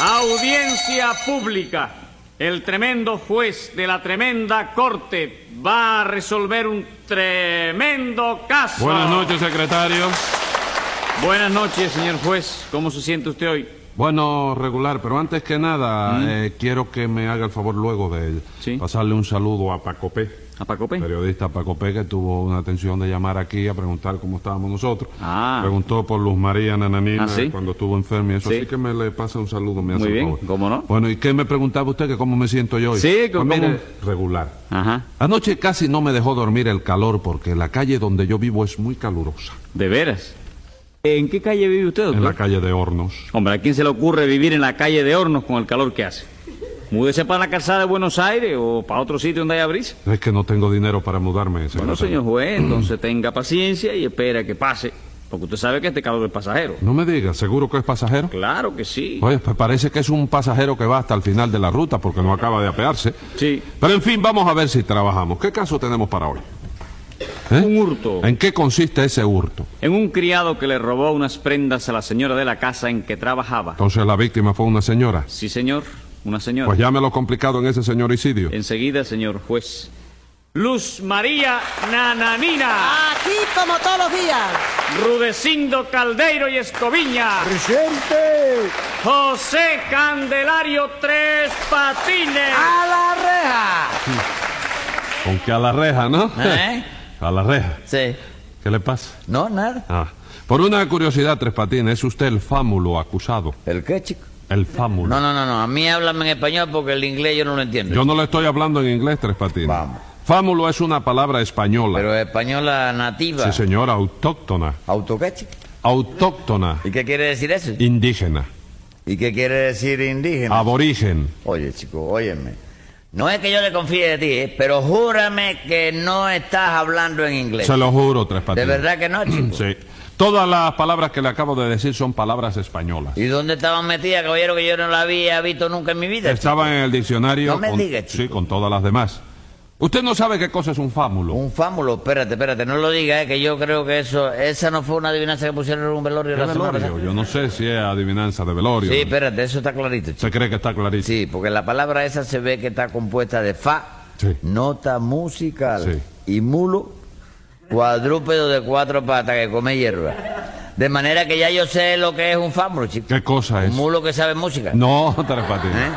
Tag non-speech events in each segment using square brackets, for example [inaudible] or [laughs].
Audiencia pública. El tremendo juez de la tremenda corte va a resolver un tremendo caso. Buenas noches, secretario. Buenas noches, señor juez. ¿Cómo se siente usted hoy? Bueno, regular, pero antes que nada, eh, quiero que me haga el favor luego de Mm. Sí. pasarle un saludo a Paco P. ¿A Pacope? Periodista Paco P, que tuvo una atención de llamar aquí a preguntar cómo estábamos nosotros. Ah. Preguntó por Luz María Nananina Ah, ¿sí? cuando estuvo enferma y eso. Sí. Así que me le pasa un saludo, me Muy hace el bien, favor. ¿cómo no? Bueno, ¿y qué me preguntaba usted? que ¿Cómo me siento yo hoy? Sí, Pues ¿cómo- mire, regular. Ajá. Anoche casi no me dejó dormir el calor porque la calle donde yo vivo es muy calurosa. ¿De veras? ¿En qué calle vive usted, doctor? En la calle de Hornos. Hombre, ¿a quién se le ocurre vivir en la calle de Hornos con el calor que hace? Múdese para la calzada de Buenos Aires o para otro sitio donde haya brisa. Es que no tengo dinero para mudarme, Bueno, secretario. señor juez, entonces tenga paciencia y espera que pase. Porque usted sabe que este calor es pasajero. No me diga, ¿seguro que es pasajero? Claro que sí. Oye, pues parece que es un pasajero que va hasta el final de la ruta porque no acaba de apearse. Sí. Pero en fin, vamos a ver si trabajamos. ¿Qué caso tenemos para hoy? ¿Eh? Un hurto. ¿En qué consiste ese hurto? En un criado que le robó unas prendas a la señora de la casa en que trabajaba. Entonces la víctima fue una señora. Sí, señor. Una señora. Pues ya me lo complicado en ese señoricidio. Enseguida, señor juez. Luz María Nananina, Aquí como todos los días. Rudecindo Caldeiro y Escoviña, ¡Presente! José Candelario Tres Patines. Ah. ¡A la reja! Con que a la reja, ¿no? [laughs] ¿Eh? [laughs] A la reja. Sí. ¿Qué le pasa? No, nada. Ah. Por una curiosidad, Tres Patines, ¿es usted el fámulo acusado? ¿El qué, chico? El fámulo. No, no, no, no. A mí háblame en español porque el inglés yo no lo entiendo. Yo no le estoy hablando en inglés, Tres Patines. Vamos. Fámulo es una palabra española. Pero española nativa. Sí, señora, autóctona. ¿Autoqué, chico? Autóctona, ¿Y qué quiere decir eso? indígena, ¿Y qué quiere decir Ah, indígena? aborigen. Oye, chico, óyeme. No es que yo le confíe de ti, ¿eh? pero júrame que no estás hablando en inglés. Se lo juro, Tres ¿De Patines. Mm, verdad que no, chico? Sí. Todas las palabras que le acabo de decir son palabras españolas. ¿Y dónde estaban metidas, caballero, que yo no la había visto nunca en mi vida? chico? Estaba en el diccionario No me con, diga, chico. sí, con todas las demás. Usted no sabe qué cosa es un fámulo. Un fámulo, espérate, espérate, no lo digas, ¿eh? que yo creo que eso, esa no fue una adivinanza que pusieron en un velorio ¿Qué la semana velorio? pasada. Yo no sé si es adivinanza de velorio. Sí, espérate, eso está clarito, chico. Se cree que está clarísimo. Sí, porque la palabra esa se ve que está compuesta de fa, Sí. nota musical Sí. y mulo, cuadrúpedo de cuatro patas que come hierba. De manera que ya yo sé lo que es un fámulo, chico. ¿Qué cosa es? Un mulo que sabe música. No, Tres Patines. ¿Eh?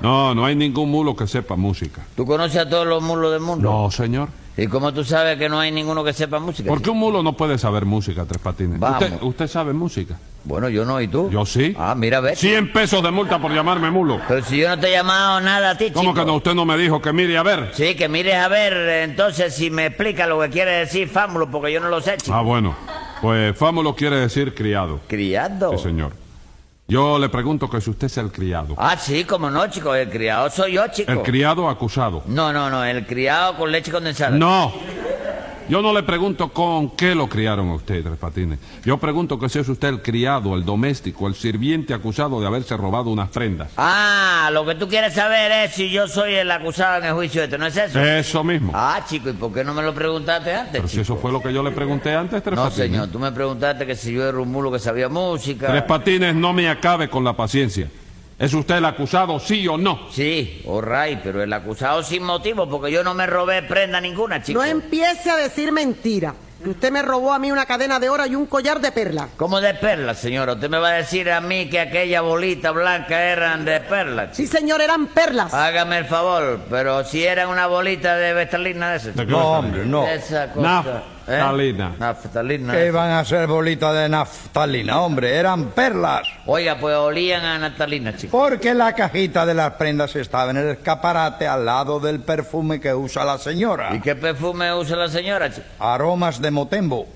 No, no hay ningún mulo que sepa música. ¿Tú conoces a todos los mulos del mundo? No, señor. ¿Y cómo tú sabes que no hay ninguno que sepa música? Porque chico? un mulo no puede saber música, Tres Patines. Vamos. Usted, usted sabe música. Bueno, yo no, ¿y tú? Yo sí. Ah, mira, ves. 100 pesos de multa por llamarme mulo. Pero si yo no te he llamado nada a ti, chico. ¿Cómo que no? Usted no me dijo que mire, a ver. Sí, que mires a ver, entonces, si me explica lo que quiere decir fámulo, porque yo no lo sé, chico. Ah, bueno. Pues fámulo quiere decir criado. Criado. Ah. Sí, señor. Yo le pregunto que si usted es el criado. Ah, sí, como no, chico. El criado soy yo, chico. El criado acusado. No, no, no. El criado con leche condensada. No. Yo no le pregunto con qué lo criaron a usted, Tres Patines. Yo pregunto que si es usted el criado, el doméstico, el sirviente acusado de haberse robado unas prendas. Ah, lo que tú quieres saber es si yo soy el acusado en el juicio este, ¿no es eso? Eso mismo. Ah, chico, ¿y por qué no me lo preguntaste antes, Eh. Pero si chico? eso fue lo que yo le pregunté antes, Tres No, Patines. señor, tú me preguntaste que si yo era un mulo que sabía música. ¿eh? Tres Patines, no me acabe con la paciencia. ¿Es usted el acusado, sí o no? Sí, all right, pero el acusado sin motivo, porque yo no me robé prenda ninguna, chico. No empiece a decir mentira. Que usted me robó a mí una cadena de oro y un collar de perla. ¿Cómo de perlas, señora? ¿Usted me va a decir a mí que aquella bolita blanca eran de perlas? chico? Sí, señor, eran perlas. Hágame el favor, pero si era una bolita de vestalina ¿De de esas. qué No, vestalina? hombre, no. Esa cosa, ¿eh? Naftalina. Naftalina. ¿Qué esa. van a hacer bolitas de naftalina, hombre? Eran perlas. Oiga, pues olían a naftalina, chico. Porque la cajita de las prendas estaba en el escaparate al lado del perfume que usa la señora. Ah. ¿Y qué perfume usa la señora, chico? Aromas de motembo.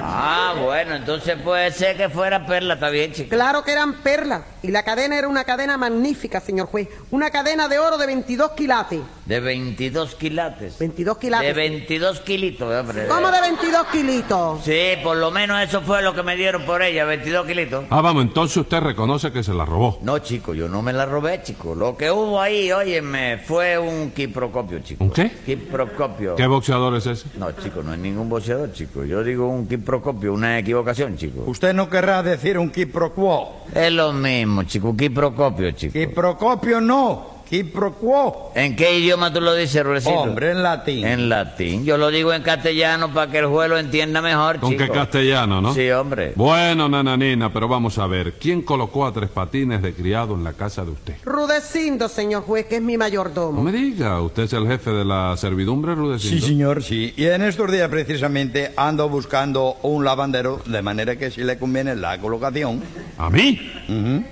Ah, bueno, entonces puede ser que fuera perla, está bien, chico. Claro que eran perlas. Y la cadena era una cadena magnífica, señor juez. Una cadena de oro de 22 quilates. De 22 quilates. 22 De quilates. 22 kilitos, hombre. ¿Cómo de 22 kilitos? Sí, por lo menos eso fue lo que me dieron por ella, 22 kilitos. Ah, vamos, entonces usted reconoce que se la robó. No, chico, yo no me la robé, chico. Lo que hubo ahí, óyeme, fue un quiprocopio, chico. ¿Un qué? Quiprocopio. ¿Qué boxeador es ese? No, chico, no es ningún boxeador, chico. Yo digo digo un quiprocopio, una equivocación, chico. Usted no querrá decir un quiproquo. Es lo mismo, chico, quiprocopio, chico. Quiprocopio no, quiproquo. ¿En qué idioma tú lo dices, Rulecito? Hombre, en latín. En latín. Yo lo digo en castellano para que el juez lo entienda mejor, Con chico. que castellano, ¿no? Sí, hombre. Bueno, nananina, pero vamos a ver. ¿Quién colocó a tres patines de criado en la casa de usted? Rudecindo, señor juez, que es mi No mayordomo. me diga, usted es el jefe de la servidumbre, Rudecindo. Sí, señor, sí. Y en estos días precisamente ando buscando un lavandero, de manera que si le conviene la colocación. ¿A mí?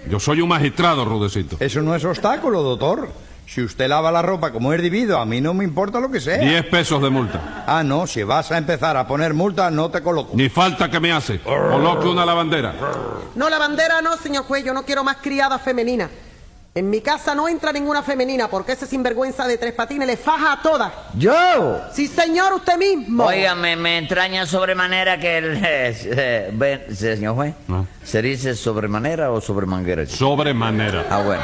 Yo soy un magistrado, Rudecindo. Eh. Eso no es obstáculo, doctor. Si usted lava la ropa como es debido, a mí no me importa lo que sea. Diez pesos de multa. Ah, no, si vas a empezar a poner multa, no te coloco. Ni falta que me hace. Coloque una lavandera. No, la bandera no, señor juez, yo no quiero más criada femenina. En mi casa no entra ninguna femenina porque ese sinvergüenza de tres patines le faja a todas. ¡Yo! Sí, señor, usted mismo. Óigame, me entraña sobremanera que el [laughs] eh, eh, ven, señor juez. Ah. ¿Se dice sobremanera o sobremanguera? chico? Sobremanera. Ah, bueno.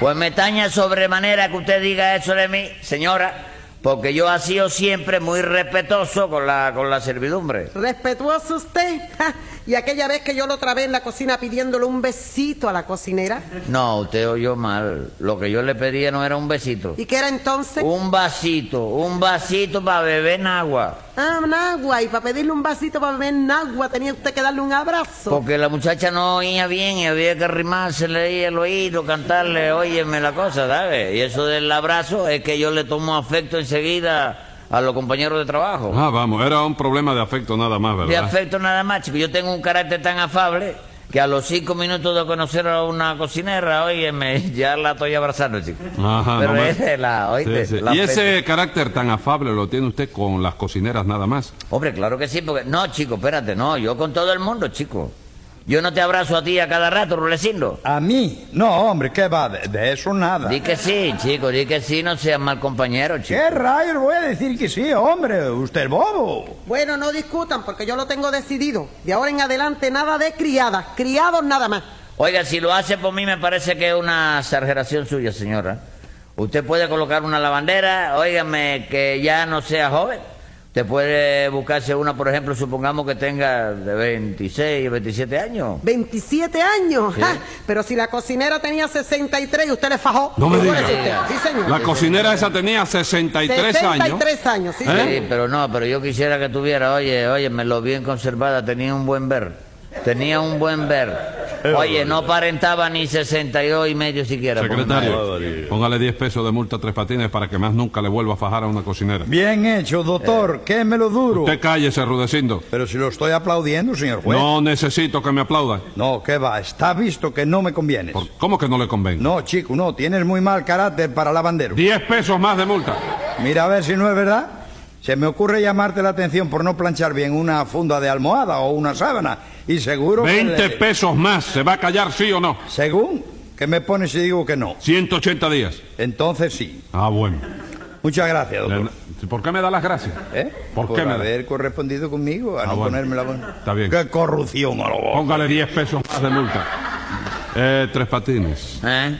Pues me entraña sobremanera que usted diga eso de mí, señora, porque yo ha sido siempre muy respetuoso con la, con la servidumbre. Respetuoso usted. ja, Y aquella vez que yo lo trabé en la cocina pidiéndole un besito a la cocinera. No, usted oyó mal. Lo que yo le pedía no era un besito. ¿Y qué era entonces? Un vasito, un vasito para beber en agua. Ah, un agua. Y para pedirle un vasito para beber en agua tenía usted que darle un abrazo. Porque la muchacha no oía bien y había que arrimársele ahí el oído, cantarle, óyeme la cosa, ¿sabes? Y eso del abrazo es que yo le tomo afecto enseguida a los compañeros de trabajo. Ah, vamos, era un problema de afecto nada más, de ¿verdad? afecto nada más, chico. Yo tengo un carácter tan afable que a los cinco minutos de conocer a una cocinera, óyeme, [laughs] ya la estoy abrazando, chico. Ajá, Pero Ah, no me- es de la, oíste, Sí, sí. la Y afecto. ese carácter tan afable lo tiene usted con las cocineras nada más. Hombre, claro que sí, porque... No, chico, espérate, no, yo con todo el mundo, chico. Yo no te abrazo a ti a cada rato, Rulecindo. A mí, no, hombre, ¿qué va? De, de eso nada. Di que sí, chico, di que sí, no seas mal compañero, chico. ¿Qué rayos voy a decir que sí, hombre? Usted es bobo. Bueno, no discutan porque yo lo tengo decidido. De ahora en adelante nada de criadas, criados nada más. Oiga, si lo hace por mí me parece que es una exageración suya, señora. Usted puede colocar una lavandera, óigame, que ya no sea joven. Usted puede buscarse una, por ejemplo, supongamos que tenga de 26 o 27 años. 27 años. Sí. ja. Pero si la cocinera tenía 63 y usted le fajó. No me ¿Cómo es diga. usted? Sí, señor. La cocinera esa tenía 63, años. ¿Eh? 63 años, sí, señor. Sí, pero no, pero yo quisiera que tuviera, oye, oye, me lo bien conservada, tenía un buen ver. Tenía un buen ver. Oye, no parentaba ni 62 y medio siquiera. por lo menos. Secretario, póngale 10 pesos de multa a tres patines para que más nunca le vuelva a fajar a una cocinera. Bien hecho, doctor. Quémelo duro. Usted cállese, Rudecindo. Pero si lo estoy aplaudiendo, señor juez. No necesito que me aplaudan. No, ¿qué va? Está visto que no me convienes. Por- ¿Cómo que no le convenga? No, chico, no. Tienes muy mal carácter para lavandero. 10 pesos más de multa. Mira a ver si no es verdad. Se me ocurre llamarte la atención por no planchar bien una funda de almohada o una sábana. Y seguro que 20 le- pesos más. ¿Se va a callar sí o no? Según que me pones y digo que no. 180 días. Entonces sí. Ah, bueno. Muchas gracias, doctor. Le- ¿Por qué me da las gracias? ¿Eh? ¿Por qué me da? haber correspondido conmigo a Ah, no bueno. ponerme la mano. Está bien. Qué corrupción, a lo bo- Póngale 10 pesos más de multa. Eh, tres patines. ¿Eh?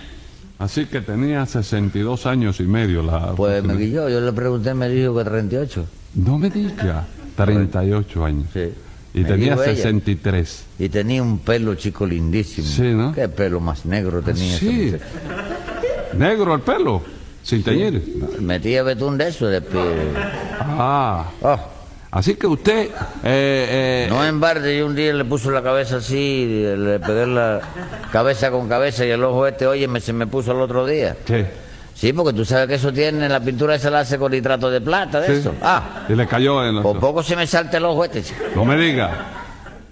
Así que tenía 62 años y medio la... Pues me cocinera. guilló, yo le pregunté, me dijo que 38. No me diga. 38 años. Sí. Y Me tenía dijo ella. 63. Y tenía un pelo chico lindísimo. Sí, ¿no? Ah, Qué pelo más negro tenía. Sí. esa Negro el pelo. Sin teñir. muchacha. Metía betún de eso de pie. Ah. Oh, Así que usted... eh, eh, No en barde, yo un día le puso la cabeza así, le pegué la cabeza con cabeza y el ojo este, oye, me, se me puso el otro día. ¿qué? Sí, porque tú sabes que eso tiene, la pintura esa la hace con nitrato de plata, de Sí. eso. Ah, Y le cayó en los... por poco se me salta el ojo este. chico. No me diga.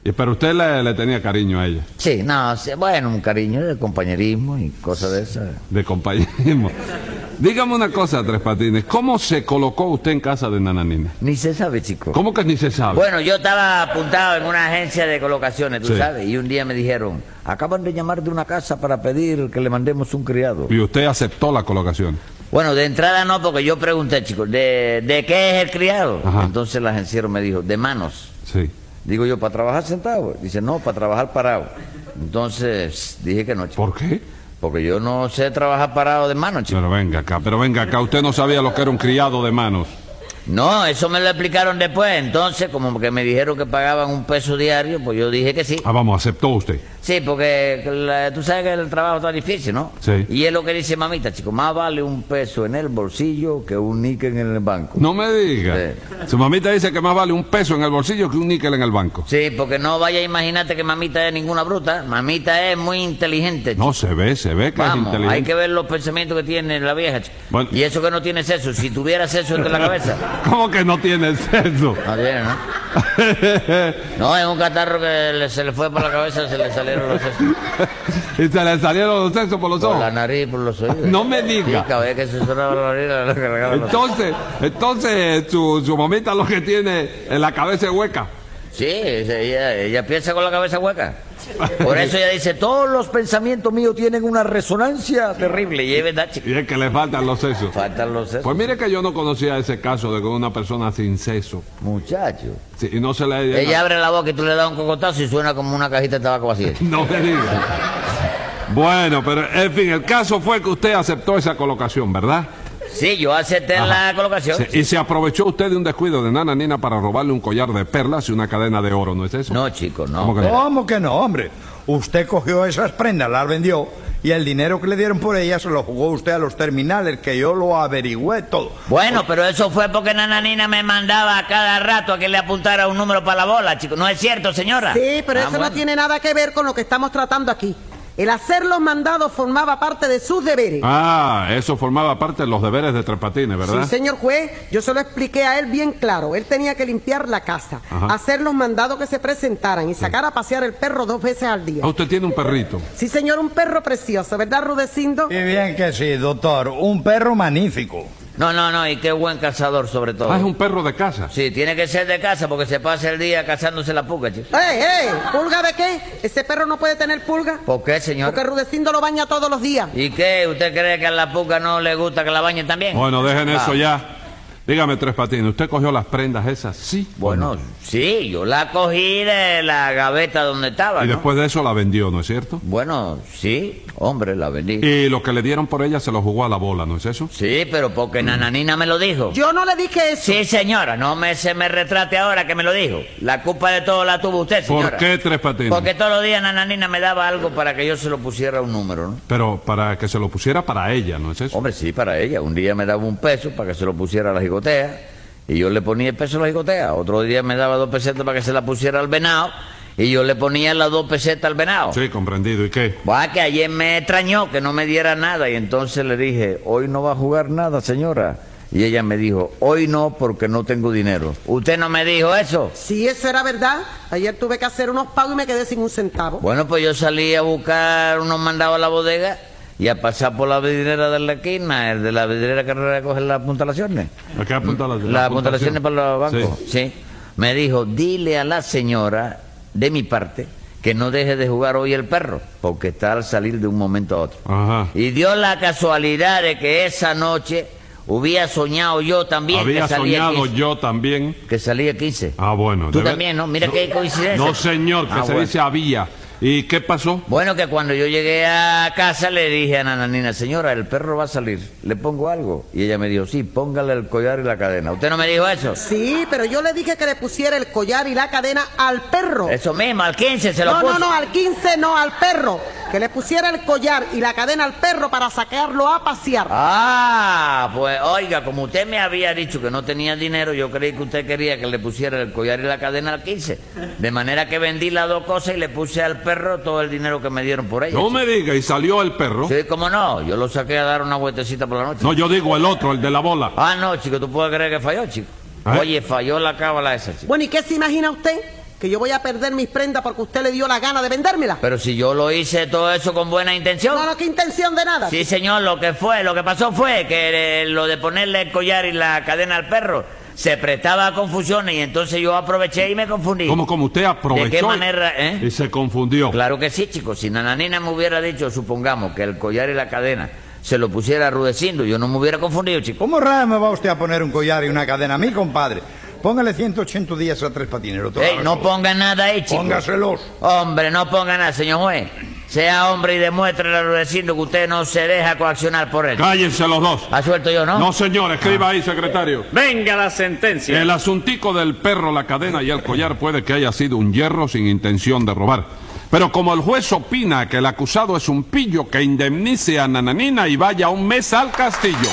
Y- Pero usted le, le tenía cariño a ella, Sí, no, sí, bueno, un cariño de compañerismo y cosas de esas. de compañerismo. Dígame una cosa, Tres Patines. ¿Cómo se colocó usted en casa de Nananina? Ni se sabe, chico. ¿Cómo que ni se sabe? Bueno, yo estaba apuntado en una agencia de colocaciones, tú Sí. sabes, y un día me dijeron, acaban de llamar de una casa para pedir que le mandemos un criado. Y usted aceptó la colocación. Bueno, de entrada no, porque yo pregunté, chicos, ¿de, de qué es el criado? Ajá. Entonces el agenciero me dijo, de manos. Sí. Digo yo, ¿para trabajar sentado? Dice, no, para trabajar parado. Entonces dije que no, chico, ¿Por qué? porque yo no sé trabajar parado de manos, chico. Pero venga acá, pero venga acá. Usted no sabía lo que era un criado de manos. No, eso me lo explicaron después. Entonces, como que me dijeron que pagaban un peso diario, pues yo dije que sí. Ah, vamos, aceptó usted. Sí, porque la- tú sabes que el trabajo está difícil, ¿no? Sí. Y es lo que dice mamita, chico, más vale un peso en el bolsillo que un níquel en el banco. No me diga. Su mamita dice que más vale un peso en el bolsillo que un níquel en el banco. Sí, porque no vaya a imaginarte que mamita es ninguna bruta. Mamita es muy inteligente. chico. No se ve, se ve que es Vamos, inteligente. hay que ver los pensamientos que tiene la vieja. chico. Bueno. Y eso que no tiene sexo. Si tuviera sexo entre la cabeza. [laughs] ¿Cómo que no tiene sexo? [laughs] No tiene, ¿no? No, es un catarro que le- se le fue por la cabeza y se le salieron los sesos. y se le salieron los sexos por los Por ojos. la nariz y por los oídos. No me diga. Sí, cada vez que se sonaba la nariz, le cargaba los ojos. Entonces, entonces su, su mamita lo que tiene en la cabeza es hueca. Sí, ella, ella piensa con la cabeza hueca. [laughs] Por eso ella dice, todos los pensamientos míos tienen una resonancia terrible. Y es verdad, chico. Y es que le faltan los sesos. Faltan los sesos. Pues mire que yo no conocía ese caso de que una persona sin seso. Muchacho. Sí, y no se le llega- Ella abre la boca y tú le das un cocotazo y suena como una cajita de tabaco vacía. [laughs] No me diga. Bueno, pero en fin, el caso fue que usted aceptó esa colocación, ¿verdad? Sí, yo acepté la colocación. Se- y se aprovechó usted de un descuido de Nana Nina para robarle un collar de perlas y una cadena de oro, ¿no es eso? No, chico, no. ¿Cómo que no? ¿Cómo que no, hombre? Usted cogió esas prendas, las vendió y el dinero que le dieron por ellas se lo jugó usted a los terminales, que yo lo averigüé todo. Bueno, pero eso fue porque Nananina me mandaba a cada rato a que le apuntara un número para la bola, chico. ¿No es cierto, señora? Sí, pero Ah, eso bueno. no tiene nada que ver con lo que estamos tratando aquí. El hacer los mandados formaba parte de sus deberes. Ah, eso formaba parte de los deberes de Tres Patines, ¿verdad? Sí, señor juez, yo se lo expliqué a él bien claro. Él tenía que limpiar la casa, Ajá. hacer los mandados que se presentaran y sacar a pasear el perro dos veces al día. Ah, usted tiene un perrito. Sí, señor, un perro precioso, ¿verdad, Rudecindo? Y bien que sí, doctor, un perro magnífico. No, no, no, y qué buen cazador sobre todo. Ah, es un perro de casa. Sí, tiene que ser de casa porque se pasa el día cazándose la puca, chico. ¡Ey, ey! ¡Eh, ¿Pulga de qué? ¿Ese perro no puede tener pulga? ¿Por qué, señor? Porque Rudecindo lo baña todos los días. ¿Y qué? ¿Usted cree que a la puca no le gusta que la bañen también? Bueno, dejen eso Ah, ya. Dígame, Tres Patines, ¿usted cogió las prendas esas? Sí. o no? Bueno, sí, yo la cogí de la gaveta donde estaba, Y ¿no? después de eso la vendió, ¿no es cierto? Bueno, sí, hombre, la vendí. Y lo que le dieron por ella se lo jugó a la bola, ¿no es eso? Sí, pero porque Nananina me lo dijo. Yo no le dije eso. Sí, señora, no me, se me retrate ahora que me lo dijo. La culpa de todo la tuvo usted, señora. ¿Por qué Tres Patines? Porque todos los días Nananina me daba algo para que yo se lo pusiera un número, ¿no? Pero para que se lo pusiera para ella, ¿no es eso? Hombre, sí, para ella. Un día me daba un peso para que se lo pusiera a la jigotea y yo le ponía el peso a la jigotea. Otro día me daba dos pesetas para que se la pusiera al venado y yo le ponía las dos pesetas al venado. Sí, comprendido. ¿Y qué? Va, que ayer me extrañó que no me diera nada y entonces le dije, hoy no va a jugar nada, señora. Y ella me dijo, hoy no porque no tengo dinero. ¿Usted no me dijo eso? Sí, eso era verdad. Ayer tuve que hacer unos pagos y me quedé sin un centavo. Bueno, pues yo salí a buscar unos mandados a la bodega y a pasar por la vidriera de la esquina, el de la vidriera que recoge las apuntalaciones. ¿A qué apunta la, Las apuntalaciones para los bancos. Pues Sí. Sí. Me dijo, dile a la señora, de mi parte, que no deje de jugar hoy el perro, porque está al salir de un momento a otro. Ajá. Y dio la casualidad de que esa noche hubiera soñado yo también Había que salía soñado 15. yo también. Que salía 15. Ah, bueno. Tú debe- también, ¿no? Mira qué coincidencia. No, señor, que Ah, se bueno. dice había. ¿Y qué pasó? Bueno, que cuando yo llegué a casa le dije a Nananina, señora, el perro va a salir, le pongo algo. Y ella me dijo, sí, póngale el collar y la cadena. ¿Usted no me dijo eso? Sí, pero yo le dije que le pusiera el collar y la cadena al perro. Eso mismo, al 15 se lo No, puso. no, no, al 15 no, al perro. Que le pusiera el collar y la cadena al perro para sacarlo a pasear. Ah, pues oiga, como usted me había dicho que no tenía dinero, yo creí que usted quería que le pusiera el collar y la cadena al 15. De manera que vendí las dos cosas y le puse al perro todo el dinero que me dieron por ella. No me diga, y salió el perro. Sí, cómo no, yo lo saqué a dar una vueltecita por la noche. No, yo digo el otro, el de la bola. Ah, no, chico, tú puedes creer que falló, chico. ¿Eh? Oye, falló la cábala esa, chico. Bueno, ¿y qué se imagina usted? ¿Que yo voy a perder mis prendas porque usted le dio la gana de vendérmela? Pero si yo lo hice todo eso con buena intención. No, no, qué intención de nada. Sí, señor, lo que fue, lo que pasó fue que eh, lo de ponerle el collar y la cadena al perro se prestaba a confusiones y entonces yo aproveché y me confundí. Como como usted aprovechó. ¿De qué y- manera, eh? Y se confundió. Claro que sí, chicos. Si Nananina me hubiera dicho, supongamos, que el collar y la cadena se lo pusiera a Rudecindo, yo no me hubiera confundido, chicos. ¿Cómo raro me va usted a poner un collar y una cadena a mí, compadre? Póngale 180 días a tres patineros. Ey, no ponga nada ahí, chicos. Póngaselos. Hombre, no ponga nada, señor juez. Sea hombre y demuestre al vecino que usted no se deja coaccionar por él. Cállense los dos. ¿Ha suelto yo, Ah, no? Ah. No, señor, escriba ahí, secretario. Venga la sentencia. El asuntico del perro, la cadena y el collar puede que haya sido un hierro sin intención de robar. Pero como el juez opina que el acusado es un pillo, que indemnice a Nananina y vaya un mes al castillo.